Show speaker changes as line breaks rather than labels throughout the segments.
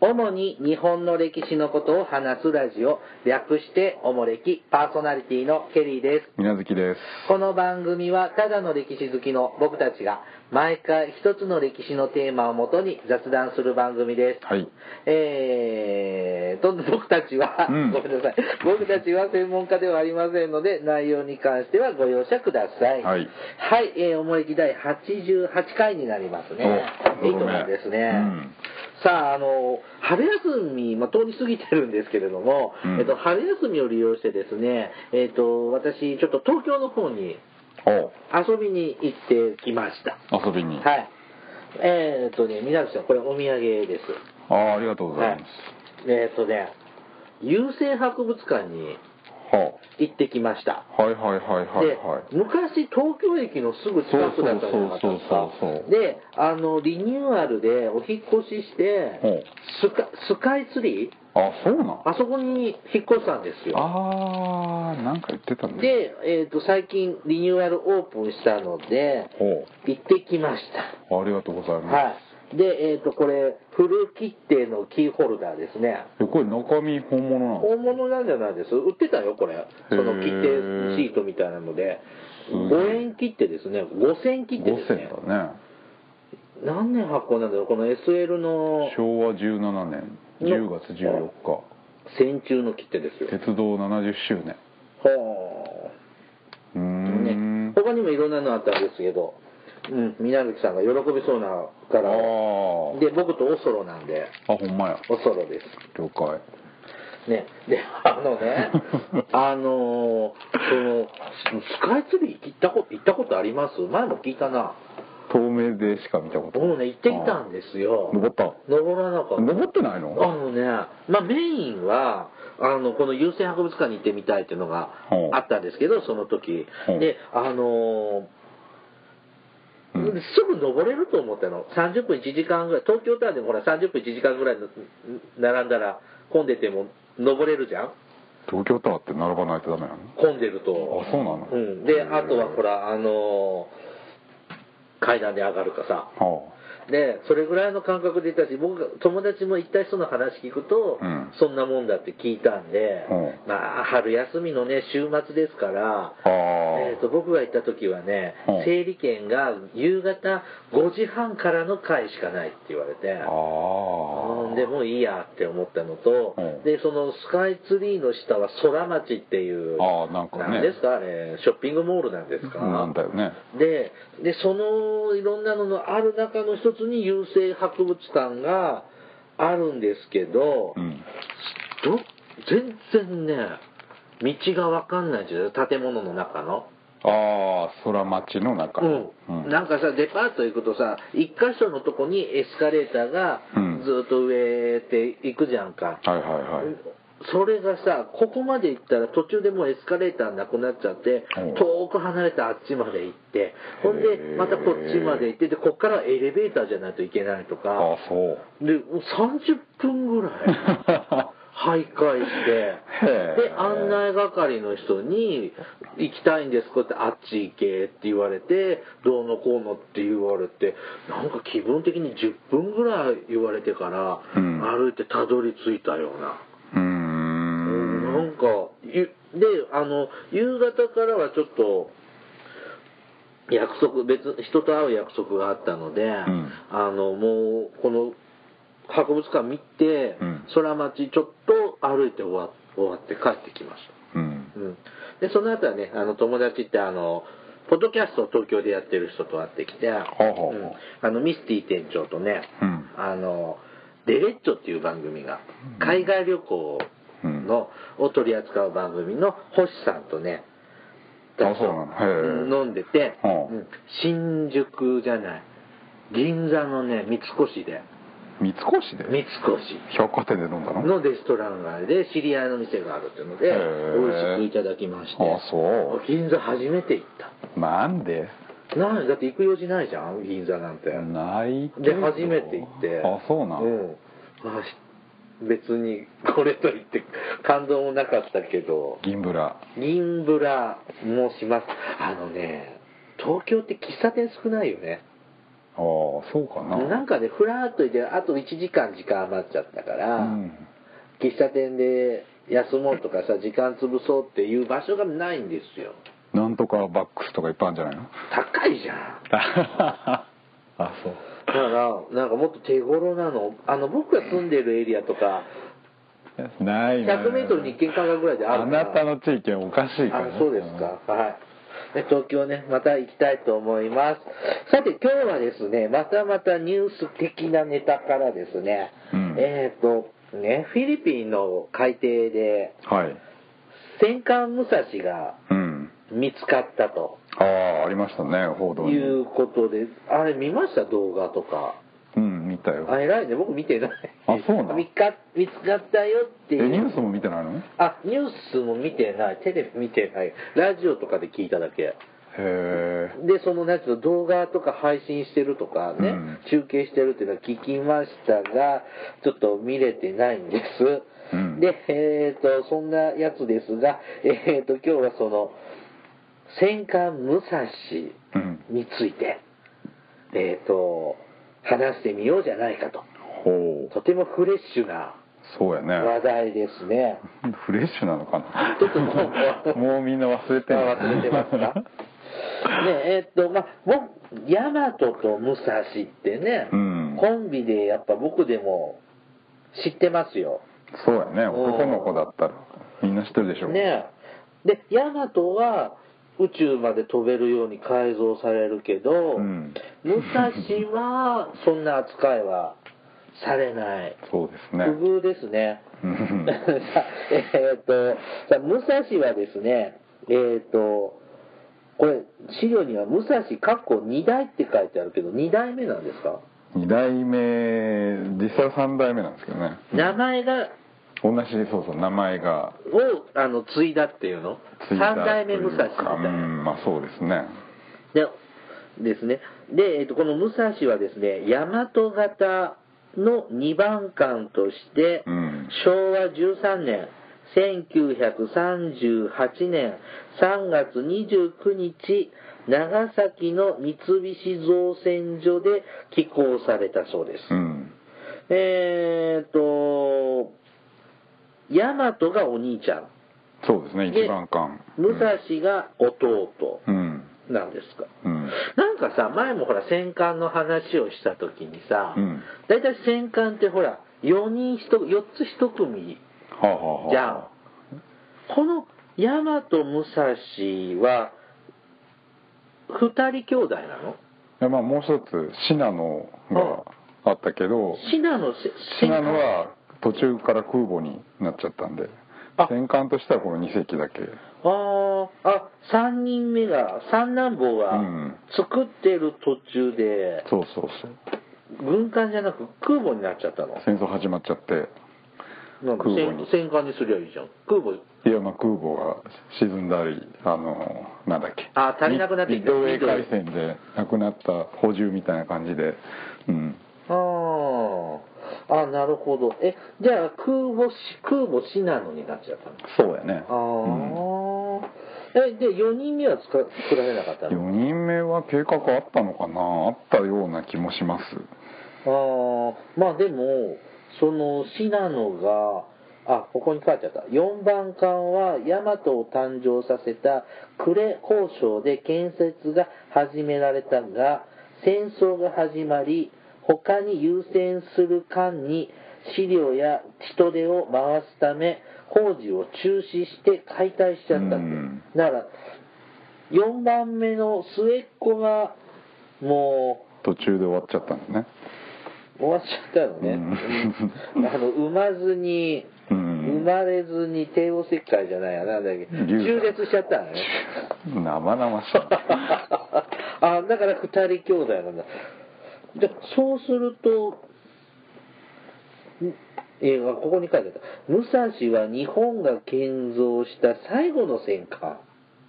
主に日本の歴史のことを話すラジオ、略しておもれき、パーソナリティのケリーです。
皆月です。
この番組はただの歴史好きの僕たちが毎回一つの歴史のテーマをもとに雑談する番組です。
はい。
えーと、僕たちは、
うん
ごめんなさい。僕たちは専門家ではありませんので、内容に関してはご容赦ください。
はい。
はい、えー、思いき第88回になりますね。
お
いいと思うんですね。
うん
さあ、あの、春休み、まあ、通り過ぎてるんですけれども、
うん
えっと、春休みを利用してですね、えっと、私、ちょっと東京の方に遊びに行ってきました。
お、遊びに。
はい。えーっとね、皆さん、これお土産です。
ああ、ありがとうございます。
えーっとね、郵政博物館に
は
行ってきました。
あはいはいはいはいはい。
で昔東京駅のすぐ近くだったじゃなかったですか
そうそうそうそうそう
であのリニューアルでお引っ越しして
ほう
スカスカイツリー
あ、そうなん。
あそこに引っ越したんですよ
あー、なんか言ってたんだ。
で、えー、と最近リニューアルオープンしたので
ほ
行ってきました
う。ありがとうございます。
はいでえっ、とこれフル切手のキーホルダーですね
えこれ中身本物なの
大物なんじゃないです売ってたよこれその切手シートみたいなのです
ごい
5円切手ですね5千切手ですね
?5000 だ
何年発行なんだろうこの SL の
ね。昭和17年10月14
線虫の切手ですよ
日。鉄道70周年。
ほ
う
ー
ーん。
ね他にもいろんなのあったんですけどうん皆月さんが喜びそうな
あ
から
ー
で僕とおそろなんで
あ、ほんまや。
おそろです
了解。
ね、であの ねあのーそのスカイツリー行ったこと行ったことあります前も聞いたな
透明でしか見たことない
僕ね行ってきたんですよ
登った
登らなかった
登ってない
あ
の
のね、まあ、メインはあのこの郵政博物館に行ってみたいっていうのが
ほう
あったんですけどその時
ほう
であのー
うん
すぐ登れると思ったの30分1時間ぐらい東京タワーでもほら30分1時間ぐらいの並んだら混んでても登れるじゃん
東京タワーって並ばないとダメなの
混んでると
あそうなの
うん、で
へー
あとはほらあのー階段で上がるかさ
は
でそれぐらいの感覚でいたし僕が友達も行った人の話聞くと、
うん
そんなもんだって聞いたんで、
う
まあ、春休みのね週末ですから、
ああ
えー、と僕が行った時はね、
うん
整理券が夕方5時半からの回しかないって言われて
あ。
うん
あ
でもういいやって思ったのと、
うん
でそのスカイツリーの下は空町っていう
あーなんかね
んですかあれショッピングモールなんですか
なんだよね
ででそのいろんなののある中の一つに郵政博物館があるんですけど,、
うん
ど全然ね道が分かんないんですよ建物の中の。
ああ空町の中
うん、なんか
か
さデパート行くとさ一箇所のとこにエスカレーターが
うん
ずっと上って行くじゃんか、
はいはいはい
それがさここまで行ったら途中でもうエスカレーターなくなっちゃって
うん
遠く離れたあっちまで行ってほんで
へー
またこっちまで行ってでこっからはエレベーターじゃないといけないと
あ
か
あそう
でもう30分ぐらい徘徊して
へえ
で案内係の人に「行きたいんですか?」って「あっち行け」って言われて「どうのこうの」って言われてなんか気分的に10分ぐらい言われてから
うん
歩いてたどり着いたような。
うー
うんなん
ん
かゆであの夕方からはちょっと約束別人と会う約束があったので、
ん
あのもうこの博物館見て、
うん
空町ちょっと歩いて終わ終わって帰ってきまし
うん
た、うん、でその後はねあの友達ってあのポッドキャストを東京でやってる人と会ってきて、
ほうほう
うんあのミスティ店長とね、
うん
あのデレッチョっていう番組が海外旅行を
うん
のを取り扱う番組の星さんとね
あそうなのへえ
飲んでて、
はあ
うん新宿じゃない銀座のね三越で
三越
三
で
越
百貨店で飲んだの
のレストラン街で知り合いの店があるっていうので
へえ
美味しくいただきまして
あそう
銀座初めて行っ
なんで
たなんだって行く用事ないじゃん銀座なんて
ないけ
で
ど
初めて行って
あそうな
う
の
んまあし別にこれといって感動もなかったけど
銀ブラ
銀ブラ申しますあのね東京って喫茶店少ないよね
ああそうかな
なんかねふらーっといてあと1時間時間余っちゃったから、
うん
喫茶店で休もうとかさ時間潰そうっていう場所がないんですよ
なんとかバックスとかいっぱいあるんじゃな いの
高いじゃん
あそう
だからなんかもっと手頃なのあの僕が住んでるエリアとか
ないな
100m に1軒間隔ぐらいであ
あ
る
なたの地域はおかしいからね
あそうですか、はいで東京ねまた行きたいと思いますさて今日はですねまたまたニュース的なネタからですね、
うん
えっ、とねフィリピンの海底で
はい
戦艦武蔵が
うん
見つかったと
ああありましたね報道に
いうことであれ見ました動画とか
うん見たよ
あ偉いね僕見てない
あそうなの
見か見つかったよって
え
いう
ニュースも見てないのへ
あニュースも見てないテレビ見てないラジオとかで聞いただけ
え
でそのなんていうの動画とか配信してるとかね、
うん
中継してるっていうのは聞きましたがちょっと見れてないんです、
うん
でえっ、とそんなやつですがえっ、と今日はその戦艦武蔵
うん
についてえっ、と話してみようじゃないかと
ほう
とてもフレッシュな
そうやね
話題ですね、
フレッシュなのかな
ちょっともう
もうみんな忘れてる
あ忘れて ますかねえっとまあ僕ヤマトと武蔵ってね、
うん
コンビでやっぱ僕でも知ってますよ
そうやね男の子だったらみんな知ってるでしょ
ねえでヤマトは宇宙まで飛べるように改造されるけど、
うん
武蔵はそんな扱いはされない
そうです ね
不遇ですね。
う
さ
ん
えっ、と、さ武蔵はですね、えっ、と、これ、資料には武蔵、かっこ2代って書いてあるけど、2代目なんですか
2代目実際は3代目なんですけどね
名前が、
同じそうそう名前が
を、あの、継いだっていうの
ついた
?3 代目武蔵みたい
というかう
な。
んまあそうですね
で、ですね。で、えっ、と、この武蔵はですね、大和型の2番艦として、
うん
昭和13年、1938年3月29日、長崎の三菱造船所で寄港されたそうです。
うん
えーっと、大和がお兄ちゃん、
そうですね
で
一番艦
武蔵が弟
うん
なんですか。
うん
なんかさ、前もほら戦艦の話をした時にさ
うん、
大体、戦艦ってほら、4人一組、4つ一組
はあはあはあ
じゃんこの大和武蔵は2人兄弟なの
でまあもう一つ信濃があったけど
信濃
信濃は途中から空母になっちゃったんで
あ
戦艦としてはこの2隻だけ
あーあ3人目が三男坊が
うん
作ってる途中で、
そうそうそう
軍艦じゃなく空母になっちゃったの
戦争始まっちゃって
なんか
空母
戦
に
戦艦にすりゃいいじゃん空母
いやまあ空母が沈んだりあのなんだっけ
あ足りなくなってき
ミ
た
ッドウェー海戦で亡くなった補充みたいな感じでうん
あーあなるほどえじゃあ空母し空母信濃になっちゃったの
そうやね
ああ、えで4人目は作ら作られなかったの
4人目は計画あったのかなあったような気もします
ああまあでもその信濃があここに書いてあった4番艦は大和を誕生させた呉交渉で建設が始められたが戦争が始まり他に優先する艦に資料や人手を回すため工事を中止して解体しちゃったって
うん
だから4番目の末っ子がもう
途中で終わっちゃったんですね
終わっちゃったのね、
う
あの産まずに、
うん
生まれずに帝王切開じゃないやなんだっけ
流
中絶しちゃったのね
生々 しい
あだから二人兄弟なんだでそうするとんえーあここに書いてあった「武蔵は日本が建造した最後の戦艦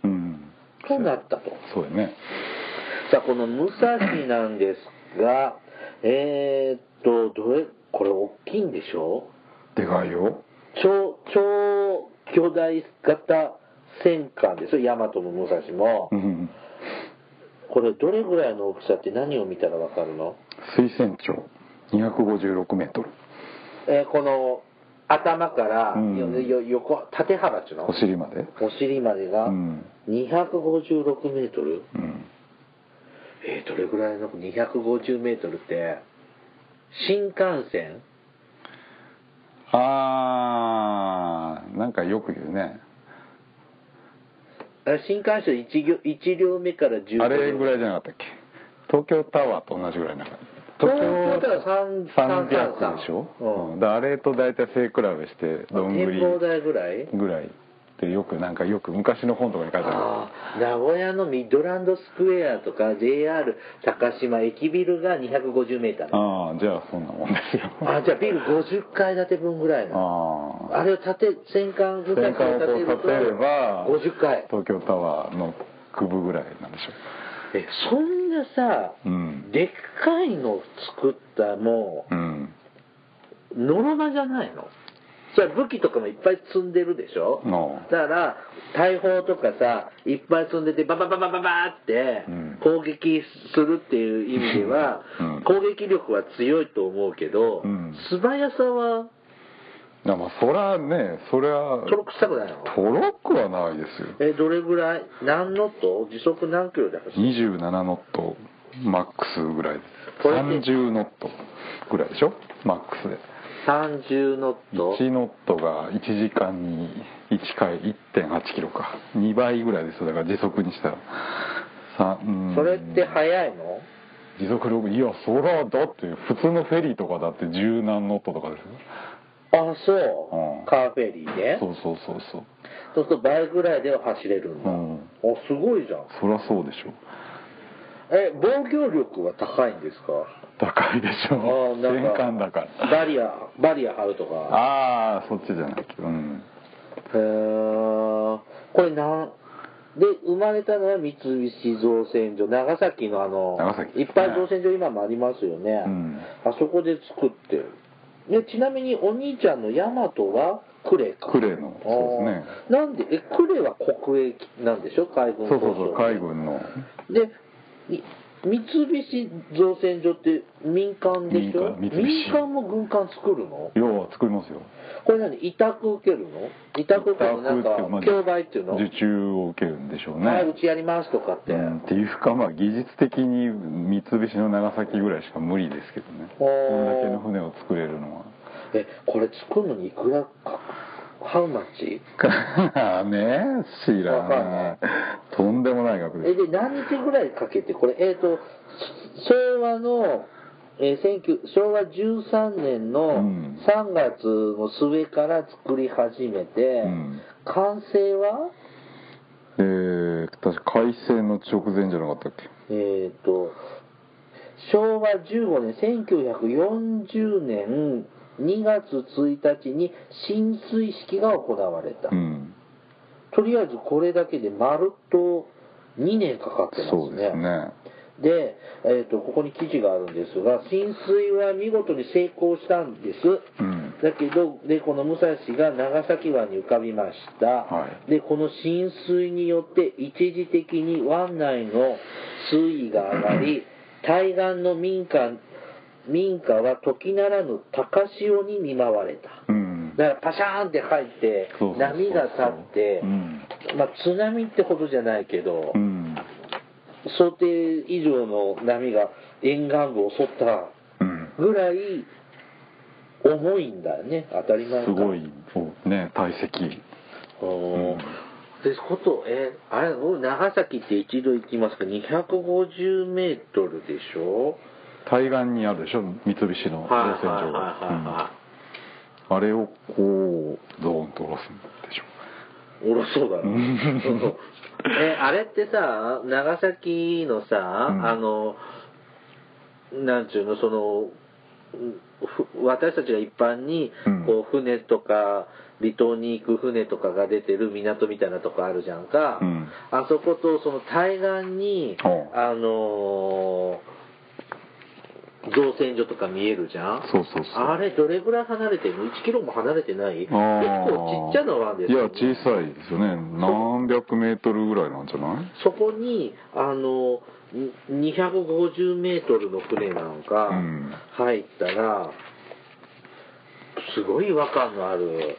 うん」
となったと
そうやね
さあこの武蔵なんですがえー、っとどれこれ大きいんでしょ
でかいよ
超超巨大型戦艦ですよ大和も武蔵も、
うん
これどれぐらいの大きさって何を見たらわかるの
水仙町256メートル
えーこの頭から
うん
よ、よ横縦幅っちゅうの
お尻まで
お尻まで
う
が
ん
256メートル
うん
えーどれぐらいの250メートルって新幹線
あーなんかよく言うね
あ新幹線 1, 両一両目から10両
あれぐらいじゃなかったっけ東京タワーと同じぐらいなかった
東京タワー3
300でしょ、
うん
うんだからあれと大体背比べしてどんぐ
展
り
望台ぐらい
ぐらいってよくなんかよく昔の本とかに書いてあ
ああ名古屋のミッドランドスクエアとか JR 高島駅ビルが250メータ
る
ー
ああーじゃあそんなもんですよ
あじゃあビル50階建て分ぐらいの
ああ
あれを建て戦艦部
戦
隊を
艦をこう
建てる
立
と
てれば
50階
東京タワーの区部ぐらいなんでしょ
えそんなさ
ううん
でっかいの作ったも
うん
うノロマじゃないのじゃあ武器とかもいっぱい積んでるでしょ、
の
だから大砲とかさいっぱい積んでてババババババーって
うん
攻撃するっていう意味では、
うん
攻撃力は強いと思うけど、
うん
素早さは
いやまあそりゃねそりゃ
トロくさくないの
トロックはないですよ
えどれぐらい何ノット時速何キロで走る
27ノットマックスぐらいです
これで
30ノットぐらいでしょマックスで
30ノット
1ノットが1時間に1回1.8キロか2倍ぐらいですよだから時速にしたらさうん
それって速いの
時速6いやそらだって普通のフェリーとかだって十何ノットとかですよ
あそう、
うん
カーフェリーで
そうそうそうそう
そうすると倍ぐらいでは走れるんだ、
うん
おすごいじゃん
そりゃそうでしょ
え防御力は高いんですか
高いでしょ
なん
戦艦だから
バリアバリア張るとか
ああそっちじゃないうん
へえこれなんで生まれたのは三菱造船所長崎のあの
長崎
いっぱい造船所今もありますよね、
うん
あそこで作ってるでちなみにお兄ちゃんの大和は呉か
呉のそうですね
あーなんでえ呉は国営なんでしょ海軍
そうそうそう
工場
海軍の
でい三菱造船所って民間でしょ
民間三菱
民間も軍艦作るの
要は作りますよ
これ何委託受けるの委託受けるのなんか
委託まあ
競売っていうの、
受注を受けるんでしょうね、
はいうちやりますとかって、
うんっていうかまあ技術的に三菱の長崎ぐらいしか無理ですけどね
お
こ
ー
んだけの船を作れる のは
えこれ作るのにいくらかハウマッチ
ね知ら
わかんな
ないいとんでもない額
え
です
で何日ぐらいかけてこれえっ、と昭和の、えー19昭和13年
う
の
ん
3月の末から作り始めて、
うん
完成は
えー、確か海戦の直前じゃなかったっけ
えっ、と昭和15年1940年2月1日に浸水式が行われた、
うん
とりあえずこれだけでまるっと2年かかってますね
そうですね
で、えー、とここに記事があるんですが浸水は見事に成功したんです
うん
だけどでこの武蔵が長崎湾に浮かびました、
は
でこの浸水によって一時的に湾内の水位が上が り対岸の民家民家は時ならぬ高潮に見舞われた
うん
だからパシャーンって入って
そうそうそう
波が立って、
うん、
まあ、津波ってほどじゃないけど、
うん
想定以上の波が沿岸部を襲った
うん、
ぐらい重いんだよね当たり前か
すごいそうね体積
おー
うん
でことえあれ僕長崎って一度行きますか250メートルでしょ
対岸にあるでしょ三菱
はい
の造船
は
所
いはい
が
は
うんあれをこうドーンと下ろすんでしょ
いはいおろそうだな
うん
そうそうえあれってさ長崎のさ、
ん
あのなんちゅうのそのふ私たちが一般に
うん
こう船とか離島に行く船とかが出てる港みたいなとこあるじゃんか、
うん
あそことその対岸に
おう
あのー造船所とか見えるじゃん
そうそうそう
あれどれぐらい離れてるの ?1 キロも離れてない結
あー
構ちっちゃな湾です
い
よ
や小さいですよね何百メートルぐらいなんじゃない
そこに、あの、に250メートルの船なんか
うん
入ったら、すごい違和感のある。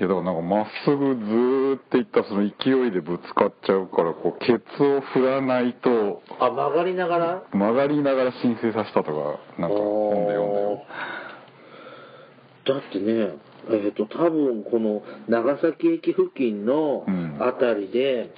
いやだからなんかまっすぐずーっていったその勢いでぶつかっちゃうからこうケツを振らないと
あ、曲がりながら
曲がりながら申請させたとかなんか本で読んだよ
だってね、えっ、と、多分この長崎駅付近の
うん
あたりで、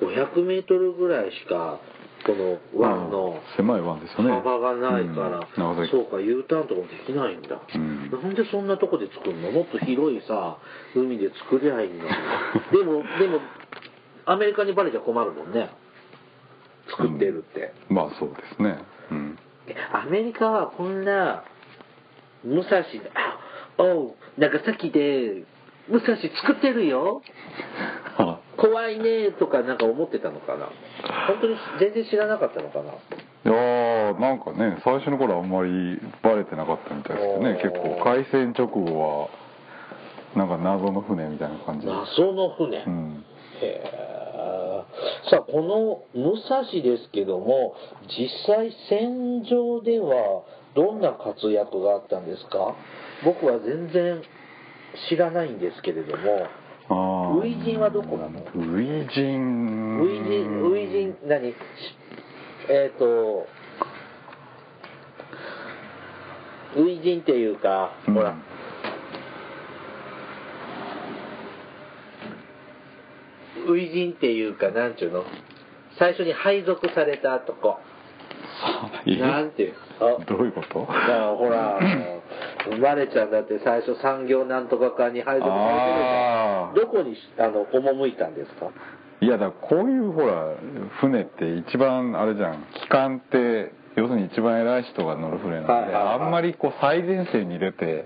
500メートルぐらいしか、この湾
う
の
ん狭い湾ですよね
幅がないから、
うん長崎
そうか、U ターンとかもできないんだ。
うん
なんでそんなとこで作るのもっと広いさ、海で作りゃ いいのに。でも、でも、アメリカにバレちゃ困るもんね。作ってるって。
まあそうですねうん
アメリカはこんな、武蔵の、あ、おう、長崎で、武蔵作ってるよ、
あ
怖いねとかなんか思ってたのかな。本当に全然知らなかったのかな。
いやーなんかね最初の頃はあんまりバレてなかったみたいですけどね
お
結
ー
構開戦直後はなんか謎の船みたいな感じで
謎の船。
うん
へーさあ、この武蔵ですけども、実際戦場ではどんな活躍があったんですか僕は全然知らないんですけれども、
あー
初陣はどこなの
初陣
初陣、初陣、何しえっ、と、初陣っていうか、
うん
ほら、初陣っていうか、なんちゅうの最初に配属されたとこ。
え
なんていうあ
どういうこと
だからほ ら、あの生まれちゃんだって最初産業なんとか課に配属されてるじゃ
あ
ん。
ー
どこにあの赴いたんですか
いやだからこういうほら船って一番あれじゃん機関って要するに一番偉い人が乗る船なんで、
はいはいはい
あんまりこう最前線に出て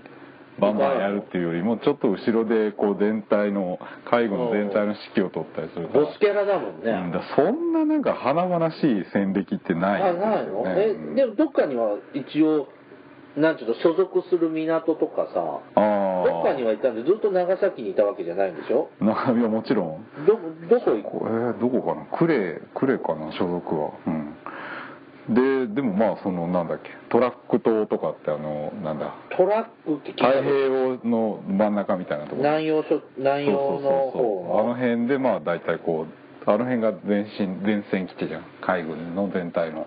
バンバンやるっていうよりもちょっと後ろでこう全体の介護の全体の指揮を取ったりするから
ボスキャラだもんね。
うんだからそんななんか華々しい戦歴ってない
あ
んで
ない
す
の
よね
え
うん
でもどっかには一応なんていうの所属する港とかさ
あ
どっかにはいたんでずっと長崎にいたわけじゃないんでしょ
あ中身はもちろん
どどこ行く
こえーどこかなクレクレかな所属はうんででもまあそのなんだっけトラック島とかってあのなんだ
トラックって聞いた
太平洋の真ん中みたいなところ
南洋諸南洋の
そうそうそうそうあの
方の
辺でまあ大体こうあの辺が前進前線基地じゃん海軍の全体の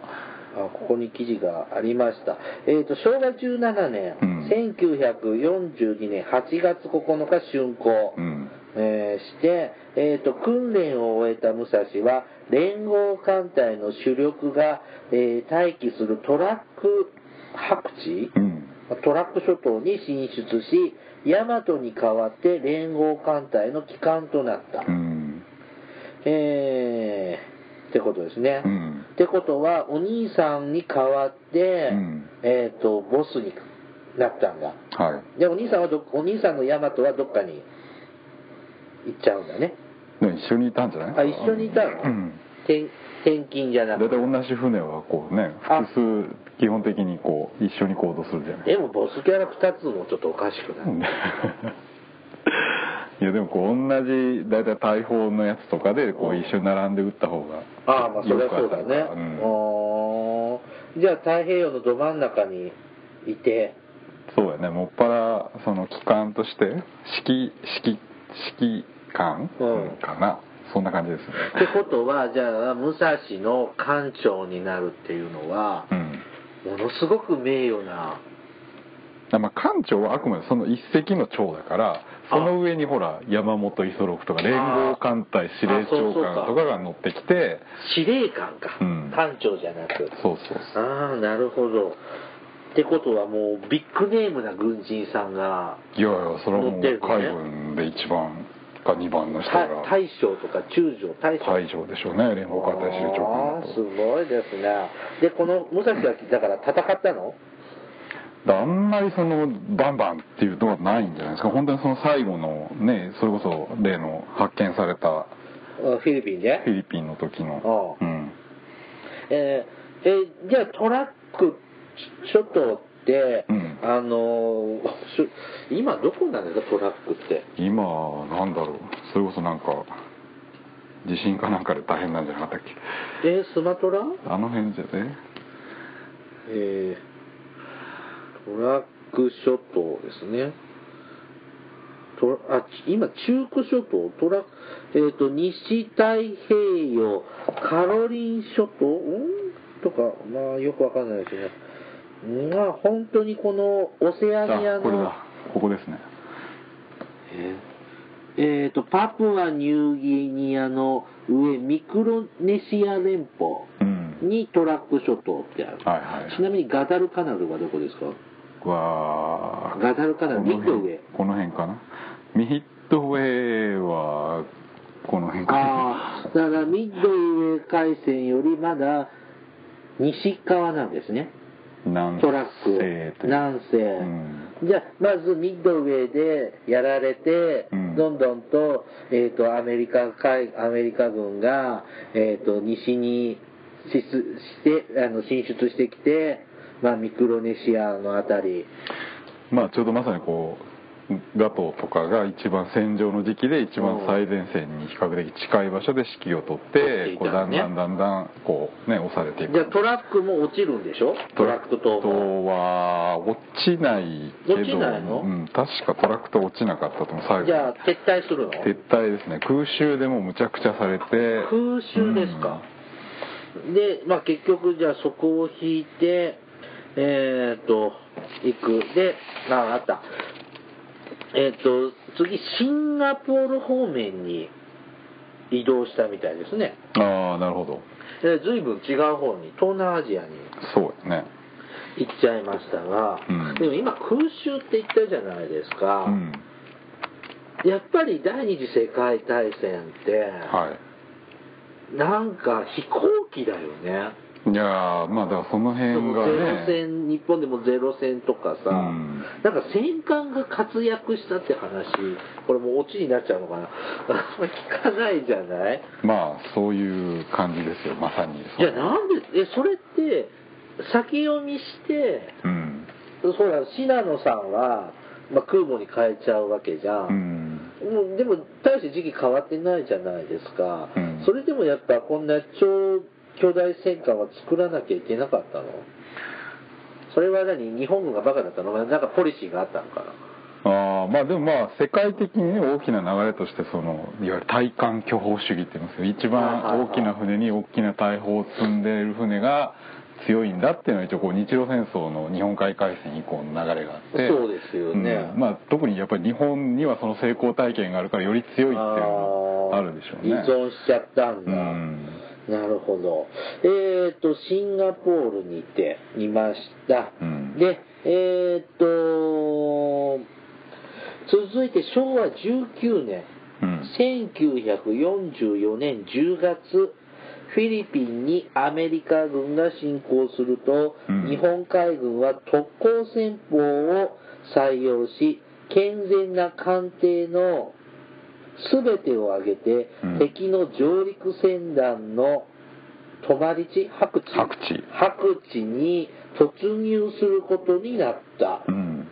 あここに記事がありました、えー、と昭和17年、
うん
1942年8月9日竣工、
うん
えーして、えーと訓練を終えた武蔵は連合艦隊の主力が、えー待機するトラック白地
うん
トラック諸島に進出し大和に代わって連合艦隊の機関となった、
うん
えーってことですね、
うん
ってことはお兄さんに代わって、
うん
えっ、とボスになったんだ
はい
でお兄さんはどお兄さんの大和はどっかに行っちゃうんだね
でも一緒にいたんじゃな
あ
い
一緒にいたの、
うん
転転勤じゃなく
大体
て
同じ船はこうね
あ
複数基本的にこう一緒に行動するじゃん
でもボスキャラ2つもちょっとおかしくない、
いやでもこう同じ大体大砲のやつとかでこう一緒に並んで撃った方が
ああまあそれはそうだ
よ
ね
く当たるからうん
うーんじゃあ太平洋のど真ん中にいて
そうやねもっぱらその機関として指揮指揮指揮官、
うん
かなそんな感じですね
ってことはじゃあ武蔵の艦長になるっていうのは
うん
ものすごく名誉な
だまあ艦長はあくまでその一隻の長だからその上にほら山本五十六とか連合艦隊司令長官とかが乗ってきて
司令官か、
うん
艦長じゃなく
そうそうそう
ああなるほどってことはもうビッグネームな軍人さんが
いやいやそれはも
乗
う
ってる
海
のね
軍で一番か二番の人
た
が
大将とか中将大将
大将でしょうね連合艦隊司令
あー
長官だ
す
と
ごいですねでこの武蔵はだから戦ったの
だあんまりそのバンバンっていうのはないんじゃないですか本当にその最後のねそれこそ例の発見された
あフィリピンで
フィリピンの時の
あ
うん
えーえーじゃあトラック諸島って、
うん
あのし今どこなんですかトラックって
今なんだろうそれこそなんか地震かなんかで大変なんじゃなかったっけ
えースマトラ
あの辺じゃね
えートラック諸島ですねとあち今中古諸島トラえー、と西太平洋カロリン諸島んとかまあよくわかんないですねまあ本当にこのオセアニア
あこれ
の
だここですね
えーえーとパプアニューギニアの上ミクロネシア連邦
うん
にトラック諸島ってある、
はいはい
ちなみにガダルカナルはどこですか
わ
ガダルカナル
この
ミッドウェ
辺
イ
この辺かなミヒッドウェイはこの辺かな
ああだからミッドウェー海戦よりまだ西側なんですね
南西
トラック
という
南西、
うん
じゃあまずミッドウェーでやられて、
うん
どんどんと,、えー、とアメリカ海アメリカ軍が、えー、と西に進出してあの進出してきて、まあ、ミクロネシアのあたり
まあちょうどまさにこうガトーとかが一番戦場の時期で一番最前線に比較的近い場所で指揮を取ってこうだんだんだんだんこうね押されていく
じゃあトラックも落ちるんでしょトラック
ト
島も
は落ちないけど
落ちないの
うん、確かトラクト落ちなかったと思う最後
じゃあ撤退するの
撤退ですね空襲でもうむちゃくちゃされて
空襲ですか、で、まあ、結局じゃあそこを引いてえっ、と行くでああったえっ、と次シンガポール方面に移動したみたいですね
うんああなるほど
えー随分違う方に東南アジアに
そうですね
行っちゃいましたが、
うん
でも今空襲って言ったじゃないですか、
うん
やっぱり第二次世界大戦って、
はい
なんか飛行機だよね
いやーまあだからその
で
辺
も
が
ゼロ
ね
戦日本でもゼロ戦とかさ、
うん
なんか戦艦が活躍したって話これもうオチになっちゃうのかなあんま聞かないじゃない
まあそういう感じですよまさに
じゃあなんでえそれって先読みして
うん
ほら信濃さんは、まあ、空母に変えちゃうわけじゃ
う、ん
もうでも大して時期変わってないじゃないですか、
うん
それでもやっぱこんな超巨大戦艦は作らなきゃいけなかったのそれは何日本軍がバカだったのなんかポリシーがあったのかな
あーまあでもまあ世界的にね大きな流れとしてそのいわゆる対艦巨砲主義って言いますけど
は
一
いはいは
番
い
大きな船に大きな大砲を積んでいる船が強いんだっていうのは一応こう日露戦争の日本海海戦以降の流れがあって
そうですよね
うんまあ、特にやっぱり日本にはその成功体験があるからより強いっていうのがあるでしょうね
あー依存しちゃったん
う
だ、
ん
なるほどえっ、とシンガポールにていました、
うん
でえっ、と続いて昭和19年
うん
1944年10月フィリピンにアメリカ軍が侵攻すると、
うん
日本海軍は特攻戦法を採用し健全な艦艇の全てを挙げて、
うん
敵の上陸船団の泊まり地白地
白地
白地に突入することになった。
うん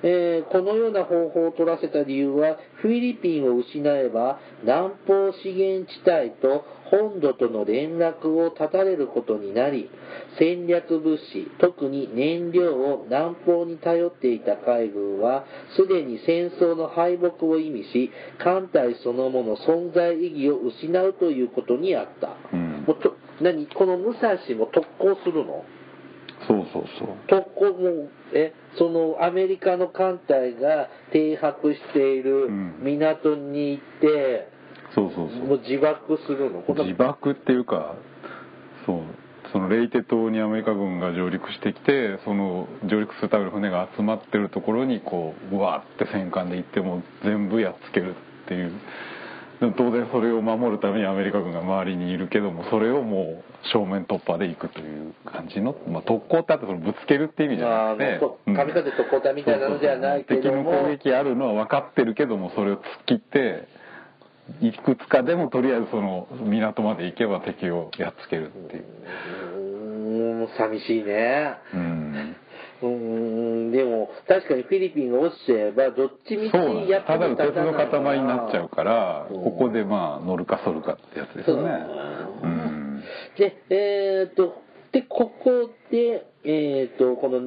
えーこのような方法を取らせた理由はフィリピンを失えば南方資源地帯と本土との連絡を断たれることになり戦略物資特に燃料を南方に頼っていた海軍はすでに戦争の敗北を意味し艦隊そのもの存在意義を失うということにあった、
うん
もうと何この武蔵も特攻するの
そうそうそう
特攻もえそのアメリカの艦隊が停泊している
うん
港に行って、
そうそうそう
もう自爆するのこんな
自爆っていうかそうそのレイテ島にアメリカ軍が上陸してきてその上陸するための船が集まってるところにこううわーって戦艦で行ってもう全部やっつけるっていうでも当然それを守るためにアメリカ軍が周りにいるけどもそれをもう正面突破で行くという感じの、まあ、特攻ってあってそのぶつけるって意味じゃなくて
あーもうそう神風特攻隊みたいなのではないけども
そうそうそう敵の攻撃あるのは分かってるけどもそれを突っ切っていくつかでもとりあえずその港まで行けば敵をやっつけるっていう
うーんうん、寂しいね。
うん
うーん、でも、確かにフィリピンが落ちちゃえば、どっちみち
そうなん
やっ
です
ぱ
ただ
り
の鉄の塊になっちゃうから
うん
ここでまあ乗るか反るかってやつですよね
そう
うん
で、えーっと、で、ここで、えーっと、この、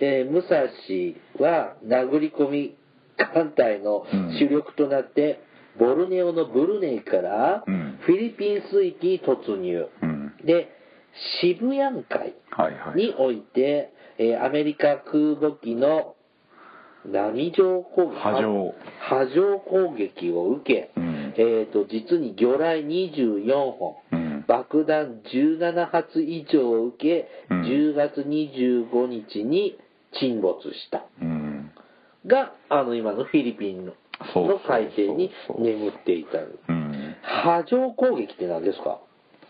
えー武蔵は殴り込み艦隊の
うん
主力となって、ボルネオのブルネイから
うん
フィリピン水域に突入。
うん
で、渋谷海
はいはい
において、えーアメリカ空母機の波状攻撃。
波状
波状攻撃を受け、
うん
えー、と実に魚雷24本、
うん
爆弾17発以上を受け、
うん
10月25日に沈没した
うん
があの今のフィリピンの
そうそうそうそう
海底に眠っていた
うん
波状攻撃って何ですか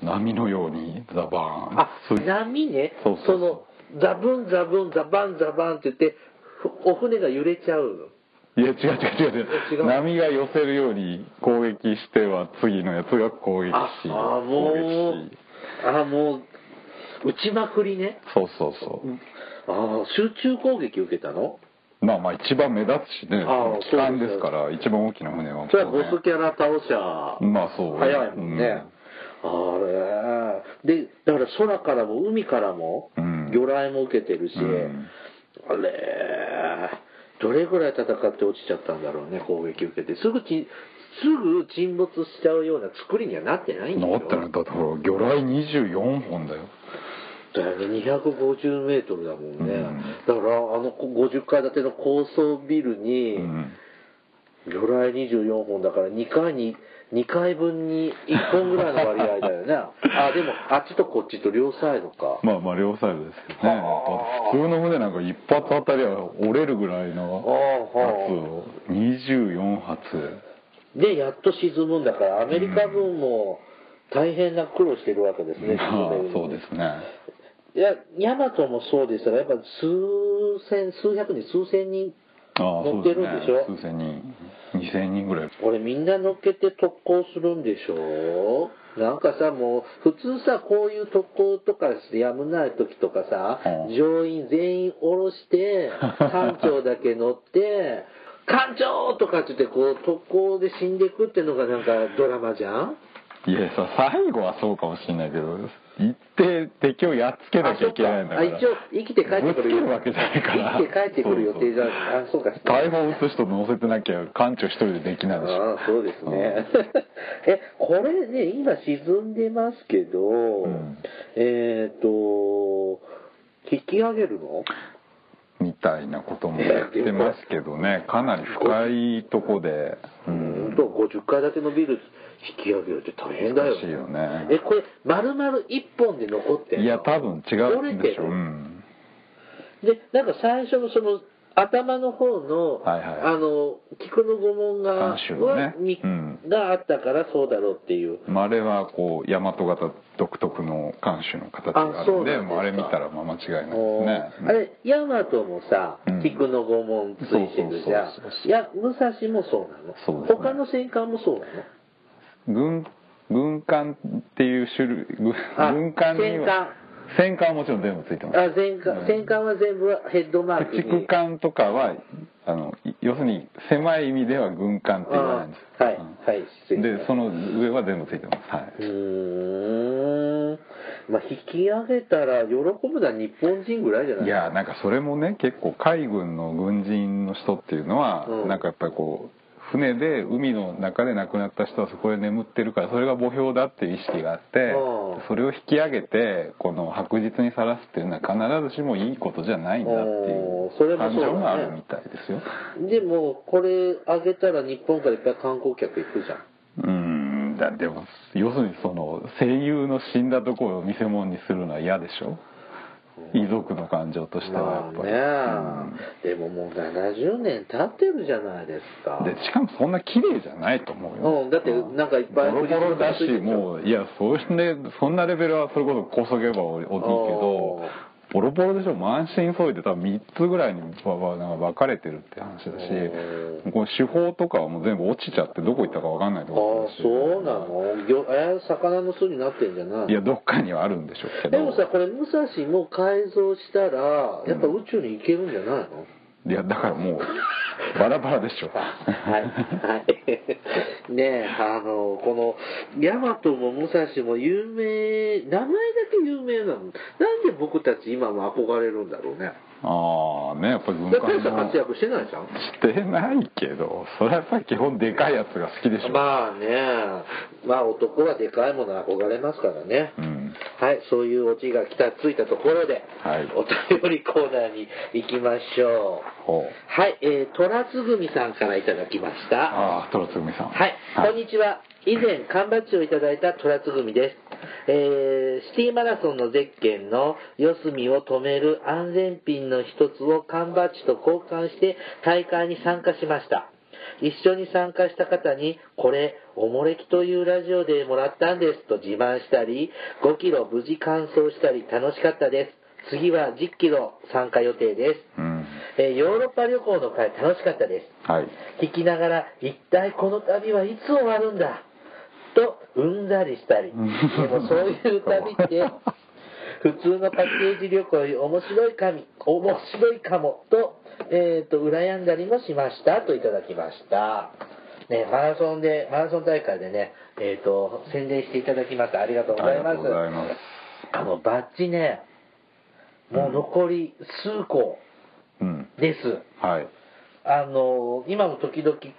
波のようにザバーン
あ
そう
波ね
そうそうそう
のザブンザブンザバンザバンって言ってふお船が揺れちゃう
いや違う違う違う
違う
波が寄せるように攻撃しては次のやつが攻撃し
ああも
攻
う
撃し
あもう打ちまくりね
そうそうそう
ああ集中攻撃受けたの
まあまあ一番目立つしね
あ
機関ですから一番大きな船はもうね
それはボスキャラ倒しゃ
まあそう
早いもんね、あれでだから空からも海からも
うん
魚雷も受けてるし、
うん
あれどれぐらい戦って落ちちゃったんだろうね攻撃受けてすぐちすぐ沈没しちゃうような作りにはなってないんだ
な
よ
ってるんだってほら魚雷24本だよ
だよね250メートルだもんね、
うん
だからあの50階建ての高層ビルに、
うん
魚雷24本だから2回に2回分に1本ぐらいの割合だ よねあでもあっちとこっちと両サイドか
まあまあ両サイドですけどね
あー
だって普通の船なんか一発当たりは折れるぐらい
ああ
のやつ
は
を24発
あでやっと沈むんだからアメリカ軍も大変な苦労してるわけですね、
まあ
沈めるの
そう
に
ですね
いやヤマトもそうでしたがやっぱ数千数百人数千人
ああ
乗
そ
っ
う
て
で
る
す
ん
ね
でしょ
数千人2000人ぐらい
これみんな乗っけて特攻するんでしょなんかさもう普通さこういう特攻とかしてやむない時とかさ、
うん
乗員全員降ろして艦長だけ乗って艦長とかって言ってこう特攻で死んでいくってのがなんかドラマじゃん
いやさ最後はそうかもしれないけど一定敵をやっつけなきゃいけないんだから
あそっかあ一応生きて帰ってくる
ぶつけるわけじゃないから
生きて帰ってくる予定じゃんあそうか
大砲撃つ人乗せてなきゃ艦長一人でできないでし
あ
ょ
あそうですね、えこれね今沈んでますけど、
ん
えっ、と引き上げるの
みたいなこともやってますけどねかなり深いとこで、
う
う
ん
ん、
と50階建てのビル引き上げるって大変だよ
難しいよね
えこれ丸々1本で残ってんの
いや多分違うんでしょ、う
折れてる
ん、
でなんか最初のその頭の方の、
はいはい
あの菊の御門が
三種のね
はみ
うん
があったからそうだろうっていう
まああれはこう大和型独特の艦首の形があるんで
あそうなんですか
もうあれ見たらまあ間違いない
おー
ですね
あれ、ヤマトもさ
う、ん
菊の御門ついてるじゃん
そうそうそう。そう
いや、武蔵もそうなの。
そうですね
他の戦艦もそうなの。
軍軍艦っていう種類軍
あ
軍艦には戦艦はもちろん全部ついてます
あ全
う
艦
ん
戦艦は全部ヘッドマークに。
駆逐艦とかはあのい要するに狭い意味では軍艦って言わないんです
あはいはい失
うん
礼
でその上は全部ついてますはいう
ーん。まあ、引き上げたら喜ぶのは日本人ぐらいじゃない
いやなんかそれもね結構海軍の軍人の人っていうのは、
うん
なんかやっぱりこう船で海の中で亡くなった人はそこで眠ってるからそれが墓標だっていう意識があって、
うん
それを引き上げてこの白日にさらすっていうのは必ずしもいいことじゃないんだって
うんそ
い
れもそう
う感
だね
情があるみたいですよ。
でも、これ上げたら日本からいっぱい観光客行くじゃん。
うんだでも要するにその声優の死んだところを見せ物にするのは嫌でしょ遺族の感情としてはや
ま
っぱり。
あ
うん
ね、でももう70年経ってるじゃないですか。
でしかもそんな綺麗じゃないと思うよ、
うんだってなんかいっぱい
ボロボロだ
振り付けがつ
し
いてる
もういやそれでそんなレベルはそれこそこそげばおおいいけどボロボロでしょ満身創痍で多分3つぐらいにばばなんか分かれてるって話だ
う
しこう手法とかはもう全部落ちちゃってどこ行ったか分かんない
あ
と
あ
こ
そうなの魚えー魚の巣になってんじゃない
いやどっかにはあるんでしょうけど
でもさこれ武蔵も改造したらやっぱ宇宙に行けるんじゃないの、
いやだからもうバラバラでしょ
はい、はい。ねえ、あの、この、ヤマトも武蔵も有名、名前だけ有名なの。なんで僕たち今も憧れるんだろうね。
ああねやっぱり軍
だって
艦
ペンさん
の
活躍してないじゃん。
してないけどそれはやっぱり基本でかいやつが好きでしょ、
まあね、まあ男はでかいもの憧れますからね。
うん
はい、そういうオチがきたついたところで、
はい
お便りコーナーに行きましょう。
ほう
はい、えー、トラツグミさんからいただきました。
ああトロツグミさん
はい、こんにちは。以前、缶バッジをいただいたトラツグミです。えー、シティマラソンのゼッケンの四隅を止める安全ピンの一つを缶バッジと交換して大会に参加しました。一緒に参加した方に、これ、おもれきというラジオでもらったんですと自慢したり、5キロ無事完走したり楽しかったです。次は10キロ参加予定です。
うん
えーヨーロッパ旅行の会楽しかったです。
はい
聞きながら一体この旅はいつ終わるんだとうんざりしたりでもそういう旅っ て普通のパッケージ旅行より面白いかみ面白いかもと,、えー、と羨んだりもしましたといただきました、ね、マラソンでマラソン大会でね、えー、と宣伝していただきましたありがとうご
あ
ざ
り
い
が
ま
とうござい
す
ます
あのバッジねもう残り数個
うん
です、
はい
あの今も時々来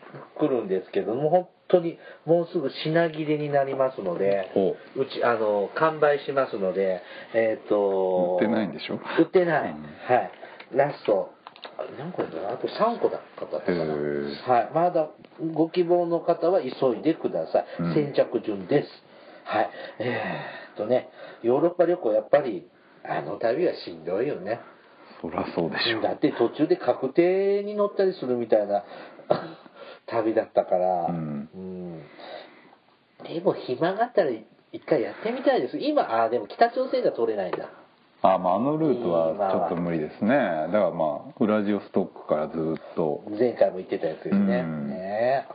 るんですけども本当にもうすぐ品切れになりますので
ほ
うちあの完売しますのでえっ、と
売ってないんでしょ
売ってない、
うん
はいラストあ何個だったかなあと3個だったか
へ
な、
ー
はい、まだご希望の方は急いでください、
うん
先着順ですはいえー、っとねヨーロッパ旅行やっぱりあの旅はしんどいよね
そりゃそうでしょ
だって途中で確定に乗ったりするみたいな 旅だったから、
うん
うんでも暇があったら一回やってみたいです今ああでも北朝鮮が取れないんだ
あまああのルートはちょっと無理ですねだからまあウラジオストックからずっと
前回も言ってたやつですね、
うん
ね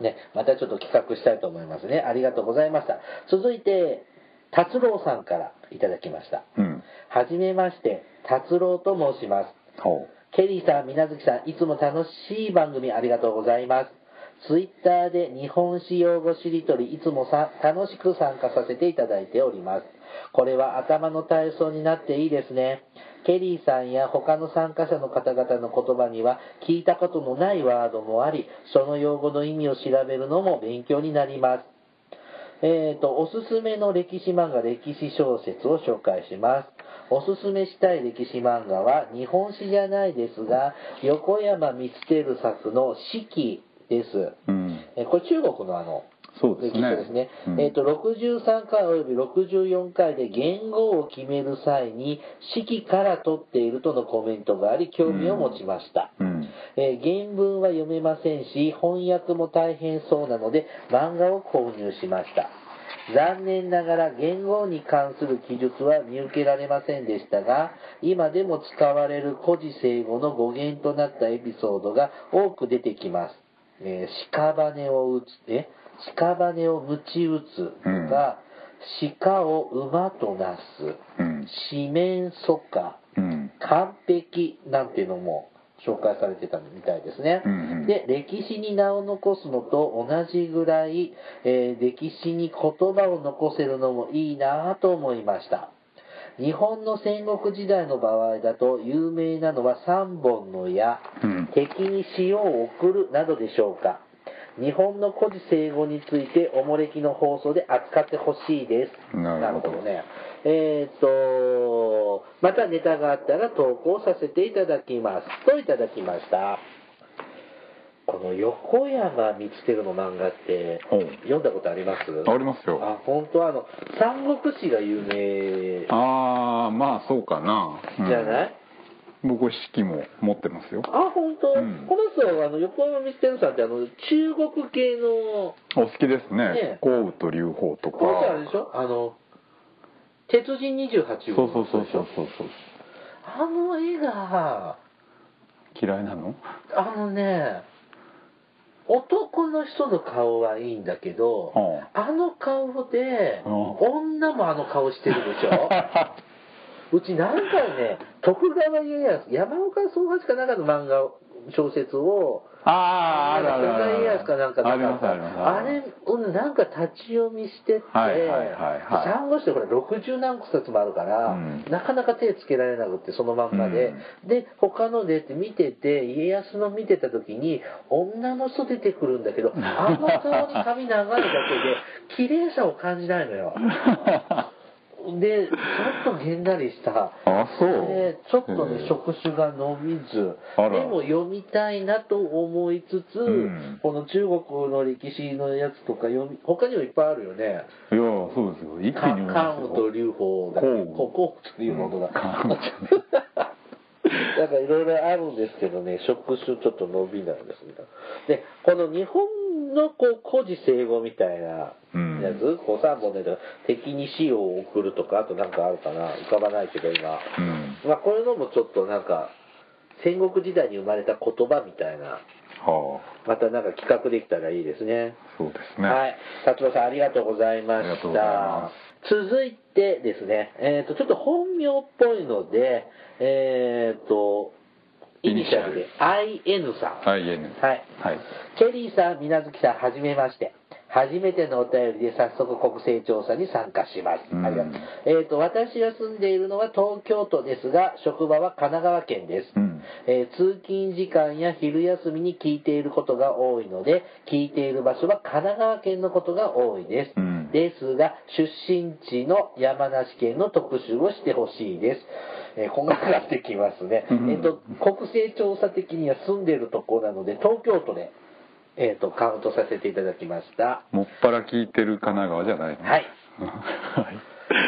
えねまたちょっと企画したいと思いますねありがとうございました続いて達郎さんからいただきました
うん
はじめまして達郎と申します
ほ
ケリーさん、水月さん、いつも楽しい番組ありがとうございます。ツイッターで日本史用語しりとり、いつもさ楽しく参加させていただいております。これは頭の体操になっていいですね。ケリーさんや他の参加者の方々の言葉には聞いたことのないワードもあり、その用語の意味を調べるのも勉強になります。えー、と、おすすめの歴史漫画、歴史小説を紹介します。おすすめしたい歴史漫画は、日本史じゃないですが、横山光輝作の四季です。
ううん
えーこれ中国のあの、
そうですね
歴史ですね。
うん
えっ、と、63回及び64回で言語を決める際に、四季から取っているとのコメントがあり、興味を持ちました。
うん
えー原文は読めませんし翻訳も大変そうなので漫画を購入しました残念ながら言語に関する記述は見受けられませんでしたが今でも使われる古事成語の語源となったエピソードが多く出てきます、えー屍を打つえ屍を鞭打つとか、鹿を馬となす
うん
四面楚歌
うん
完璧なんていうのも紹介されてたみたいですね。
うんうん
で、歴史に名を残すのと同じぐらい、えー歴史に言葉を残せるのもいいなぁと思いました。日本の戦国時代の場合だと有名なのは三本の矢、
うん
敵に塩を送るなどでしょうか。日本の古事成語についておもれきの放送で扱ってほしいです。
なるほど
ね。えーっと、またネタがあったら投稿させていただきます。といただきました。この横山光輝の漫画って
ほう
読んだことあります
ありますよ
あ、本当あの、三国志が有名
ああまあそうかな、うん
じゃない、
僕式も持ってますよ
あ、本当、
うん
この人、あの横山光輝さんってあの、中国系の、
お好きです
ね
ね。豪雨と流鵬とか
この人あれでしょあの、鉄人28号
そうそうそうそうそうそう
あの絵が
嫌いなの
あのね男の人の顔はいいんだけど、
うん
あの顔で、
うん
女もあの顔してるでし ょうち何回ね徳川家康山岡宗八かなんかの漫画を小説を
あああるある
徳
あ
川家
る
康かなんか
ありますあります
あれうんなんか立ち読みしてって、
はいはいはいはい
サンゴ誌ってほら60何冊もあるから、
うん
なかなか手つけられなくってそのまんまで、で他のでって見てて家康の見てた時に女の人出てくるんだけどあの顔に髪長いだけで綺麗さを感じないのよ。で、ちょっとげんなりした。
あそう
で、ちょっと
へ
ね
え、
触手が伸びず、
あら
でも読みたいなと思いつつ、
うん
この中国の歴史のやつとか読み、他にもいっぱいあるよね。
いやそうですよ一気
か
に
関羽と劉邦だっけ
項羽
ここっていうものだ。
うん関羽
なんかいろいろあるんですけどね、触手ちょっと伸びないんですね。で、この日本のこう、古事成語みたいな
うん
やつ、こう3本で敵に死を送るとか、あとなんかあるかな、浮かばないけど今。
うん
まあこういうのもちょっとなんか、戦国時代に生まれた言葉みたいな、
は
またなんか企画できたらいいですね。
あそうですね
はい。達郎さん、ありがとうございま
ありが
し
とうござい
た
ま。
続いてですね、えっ、と、ちょっと本名っぽいので、えっ、と、イニシャルで IN さん。
IN
はい。
はい
ケリーさん、みなずきさん、はじめまして。初めてのお便りで早速国勢調査に参加します。
うん
ありがとう。えっ、と、私が住んでいるのは東京都ですが、職場は神奈川県です。
うん
えー通勤時間や昼休みに聞いていることが多いので、聞いている場所は神奈川県のことが多いです。
うん
ですが、出身地の山梨県の特集をしてほしいです。えーこんがらがってきますね。
うん
えっ、と、国勢調査的には住んでいるところなので、東京都で、えっ、と、カウントさせていただきました。
もっぱら聞いてる神奈川じゃないの
はい
はい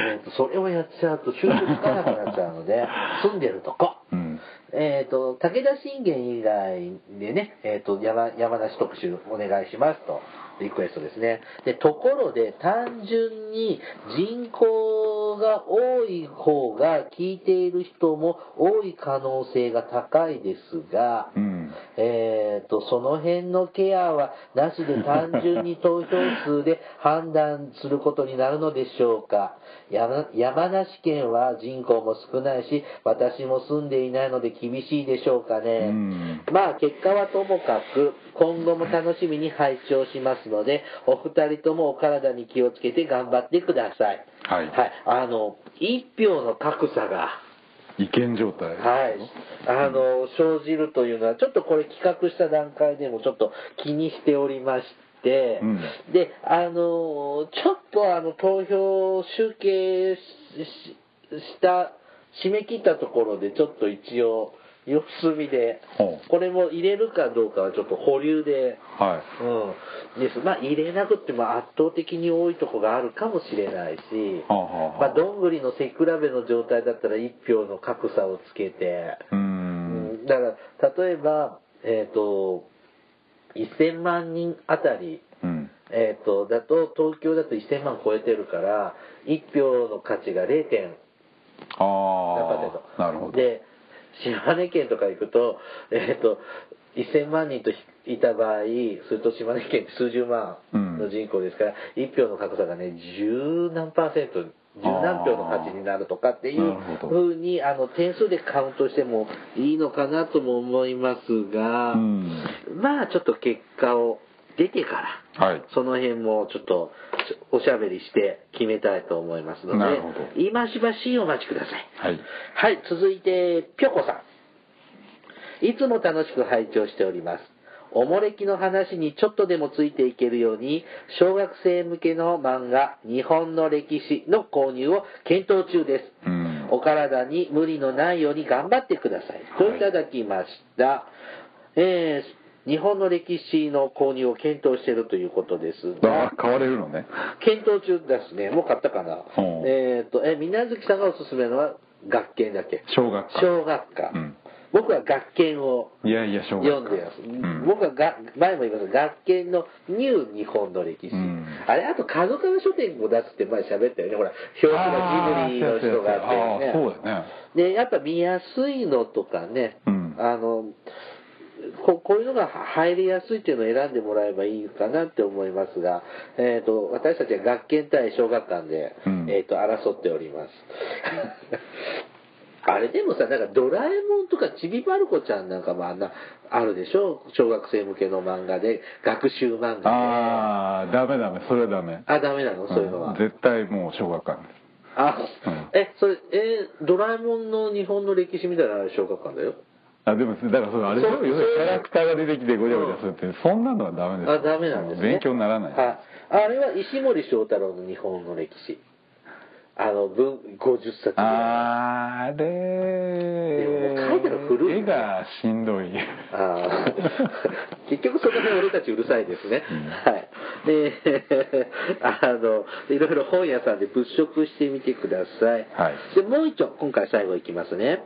えーとそれをやっちゃうと就職つかなくなっちゃうので、住んでるとこ。
うん
えっ、と、武田信玄以外でね、えっ、と山、山梨特集お願いしますと、リクエストですね。で、ところで、単純に人口が多い方が聞いている人も多い可能性が高いですが、
うん
えー、とその辺のケアはなしで単純に投票数で判断することになるのでしょうか山山梨県は人口も少ないし私も住んでいないので厳しいでしょうかね、
うん
まあ結果はともかく今後も楽しみに拝聴しますのでお二人ともお体に気をつけて頑張ってください
はい
はい、あの一票の格差が
違憲状態
はい、あの生じるというのは、ちょっとこれ、企画した段階でもちょっと気にしておりまして、
うん
であのちょっとあの投票集計ししした、締め切ったところで、ちょっと一応、様子見で
ほ、う
これも入れるかどうかはちょっと保留で。
はい
うん、です。まあ、入れなくっても圧倒的に多いとこがあるかもしれないし、
はあはあ
ま
は
あ、どんぐりの背比べの状態だったら一票の格差をつけて、
う
うんん、だから例えば、えー、と1000万人あたり、
うん
えー、とだと東京だと1000万超えてるから一票の価値が0点
ああなるほど
で島根県とか行くと,、えー、と1000万人とひいた場合すると島根県って数十万の人口ですから、一票の格差がね十何パーセント十何票の価値になるとかってい
な
う
るほど
ふうにあの点数でカウントしてもいいのかなとも思いますが、
うん
まあちょっと結果を出てから。
はい
その辺もちょっとおしゃべりして決めたいと思いますの
な
で
るほど、
今しばしお待ちください。
はい
はい、続いて、ぴょこさん。いつも楽しく拝聴しております。おもれきの話にちょっとでもついていけるように、小学生向けの漫画、日本の歴史の購入を検討中です。
うん
お体に無理のないように頑張ってください。といただきました。えー日本の歴史の購入を検討しているということです
あ
が、
ー買われるのね
検討中ですね。もう買ったかな。
ほう
えっ、と、え、みなずきさんがおすすめのは、学研だっけ
小学科
小学科、
うん
僕は学研を
いやいや、しょうが
読んでます、
うん
僕はが前も言いました学研の「ニュー日本の歴史」
うん
あれあと角川書店も出すって前喋ったよねほら表紙がジブリの人があって
あー
ね
そうだよね。
でやっぱ見やすいのとかね、
うん
あのここういうのが入りやすいっていうのを選んでもらえばいいかなって思いますが、えー、と私たちは学研対小学館で、
うん
えー、と争っております あれでもさなんかドラえもんとかちびまる子ちゃんなんかもあんなあるでしょ小学生向けの漫画で学習漫画であ
ああ、ダメダメ、それはダメ。
あダメなのそういうのは、
ん絶対もう小学館です。
あ
うん
えそれえドラえもんの日本の歴史みたいなのは小学館だよ
あでもだからそれあれでしょ
そう
要するにキャラクターが出てきてごちゃごちゃするって、そんなのはダメですよ
あ、ダメなんですね。
勉強にならない
はい。あれは石森章太郎の日本の歴史。あの、文、50冊ぐらい。
あー
でももう書いてるの古い
れ絵がしんどい
あ ー 結局その辺俺たちうるさいですね。はい。で、 あの、いろいろ本屋さんで物色してみてください。
はい
で、もう一丁、今回最後いきますね。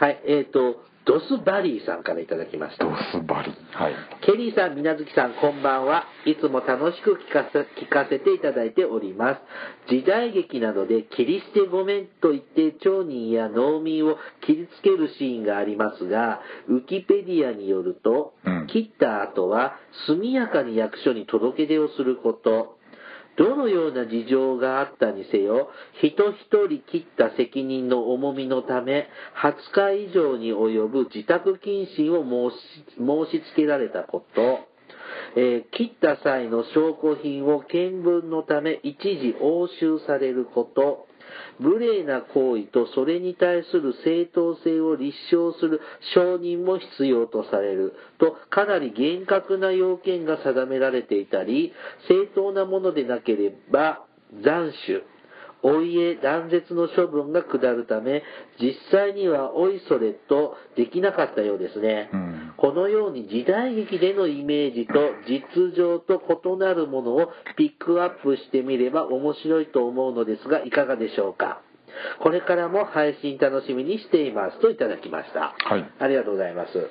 はい、えっ、と、ドスバリーさんからいただきました
ド。スバリはい
ケリーさん、みなずきさん、こんばんは。いつも楽しく聞かせ聞かせていただいております。時代劇などで、切り捨てごめんと言って、町人や農民を切りつけるシーンがありますが、ウィキペディアによると、
うん
切った後は、速やかに役所に届け出をすること。どのような事情があったにせよ、人一人切った責任の重みのため、20日以上に及ぶ自宅謹慎を申し申し付けられたこと、えー切った際の証拠品を見分のため一時押収されること、無礼な行為とそれに対する正当性を立証する承認も必要とされるとかなり厳格な要件が定められていたり正当なものでなければ斬首お家断絶の処分が下るため実際にはおいそれとできなかったようですね、
うん
このように時代劇でのイメージと実情と異なるものをピックアップしてみれば面白いと思うのですがいかがでしょうかこれからも配信楽しみにしていますといただきました。
はい
ありがとうございます。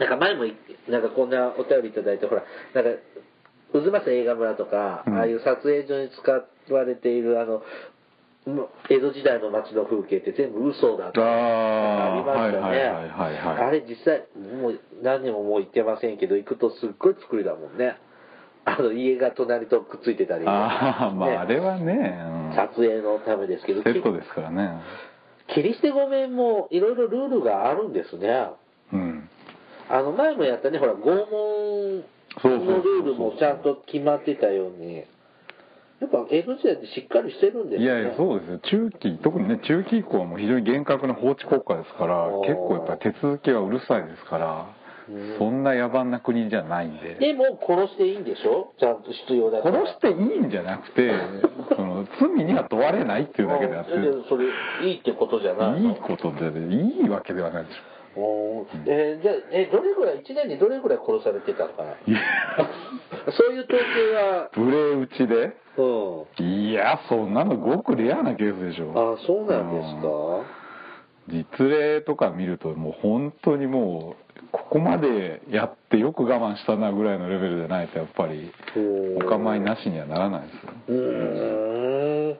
なんか前もい、なんかこんなお便りいただいて、ほら、なんか、渦政映画村とか、
うん
ああいう撮影所に使われている、あの、も江戸時代の街の風景って全部嘘だと
あー
かありましたね。
はいはいはいはいはい
あれ実際、もう何年ももう行ってませんけど、行くとすっごい作りだもんね。あの、家が隣とくっついてたり。
ああま
ね
ああれはね、うん
撮影のためですけど、
セットですからね
切り捨てごめんもいろいろルールがあるんですね。
うん
あの前もやったね、ほら、拷問
そうそうそう
のルールもちゃんと決まってたように、やっぱ江戸時代ってしっかりしてるんですね。
いやいやそうですよ中期特にね中期以降はもう非常に厳格な法治国家ですから
おー
結構やっぱり手続きはうるさいですから
うん
そんな野蛮な国じゃないんで
でも殺していいんでしょちゃんと必要だから。
殺していいんじゃなくてその罪には問われないっていうだけであって
うんいやそれ、いいってことじゃない
い
の
いことでいいわけではないでしょ
おーえーじゃあ、えどれぐらい、1年にどれぐらい殺されてたのかな
いや
そういう統計は、
無礼打ちで
うん。
いやそんなのごくレアなケースでしょ
あそうなんですか。
実例とか見るともう本当にもうここまでやってよく我慢したなぐらいのレベルじゃないとやっぱり
お
お
ー
構いなしにはならないです
うーん。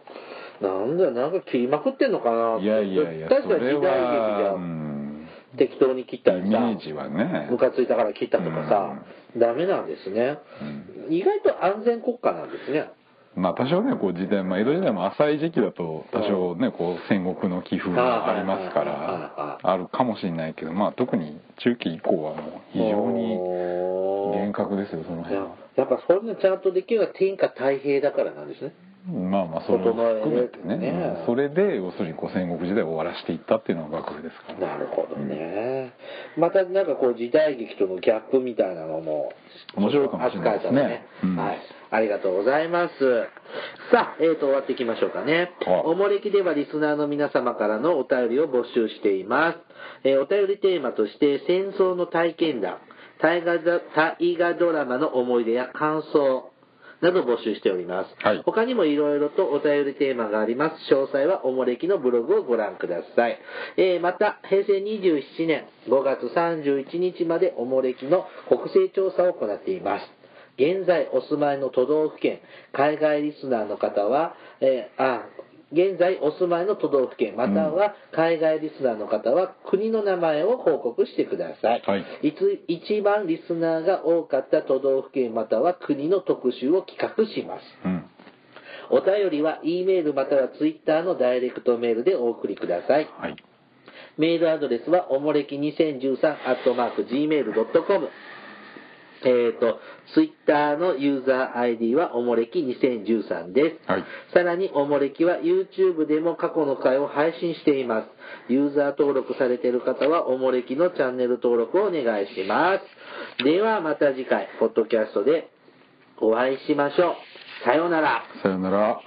なんだ、なんか切りまくってんのかな
よいやいやいや
確
そ
かに時代
れ
劇じ
は
ゃ、、
うんん、
適当に切っ
イ
たり
メ
さ、
ージはね
ムカついたから切ったとかさ、ダメなんですね。意外と安全国家なんですね。
まあ多少ねこう時代、まあ、江戸時代も浅い時期だと多少ねこう戦国の気風がありますか
はいはいはいは
らあるかもしれないけどまあ特に中期以降はもう非常に
おー
厳格ですよその
い
辺
や
は
やっぱそれのちゃんとできるのは天下太平だからなんですね。
まあまあそれも含めて
整
ね
えね
うんそれで要するにこう戦国時代を終わらしていったっていうのが幕府ですから
なるほどね。またなんかこう時代劇とのギャップみたいなのも
面白いかもしれないです
扱えた
ね
らね
うん
はい。ありがとうございます。さあ、えーと、終わっていきましょうかね。
はい
おもれきではリスナーの皆様からのお便りを募集しています。えーお便りテーマとして、戦争の体験談、大河ド大河ドラマの思い出や感想、など募集しております。
はい
他にもいろいろとお便りテーマがあります。詳細はおもれきのブログをご覧ください。えーまた、平成27年5月31日までおもれきの国勢調査を行っています。現在お住まいの都道府県、海外リスナーの方は、えーあ、現在お住まいの都道府県、または海外リスナーの方は国の名前を報告してください。
はい
いつ一番リスナーが多かった都道府県または国の特集を企画します。
うん
お便りは E メールまたは Twitter のダイレクトメールでお送りください。
はい
メールアドレスはおもれき2013 gmail.com。えっ、と、ツイッターのユーザー ID はおもれき2013です。
はい
さらにおもれきは YouTube でも過去の回を配信しています。ユーザー登録されている方はおもれきのチャンネル登録をお願いします。ではまた次回、ポッドキャストでお会いしましょう。さようなら。
さよなら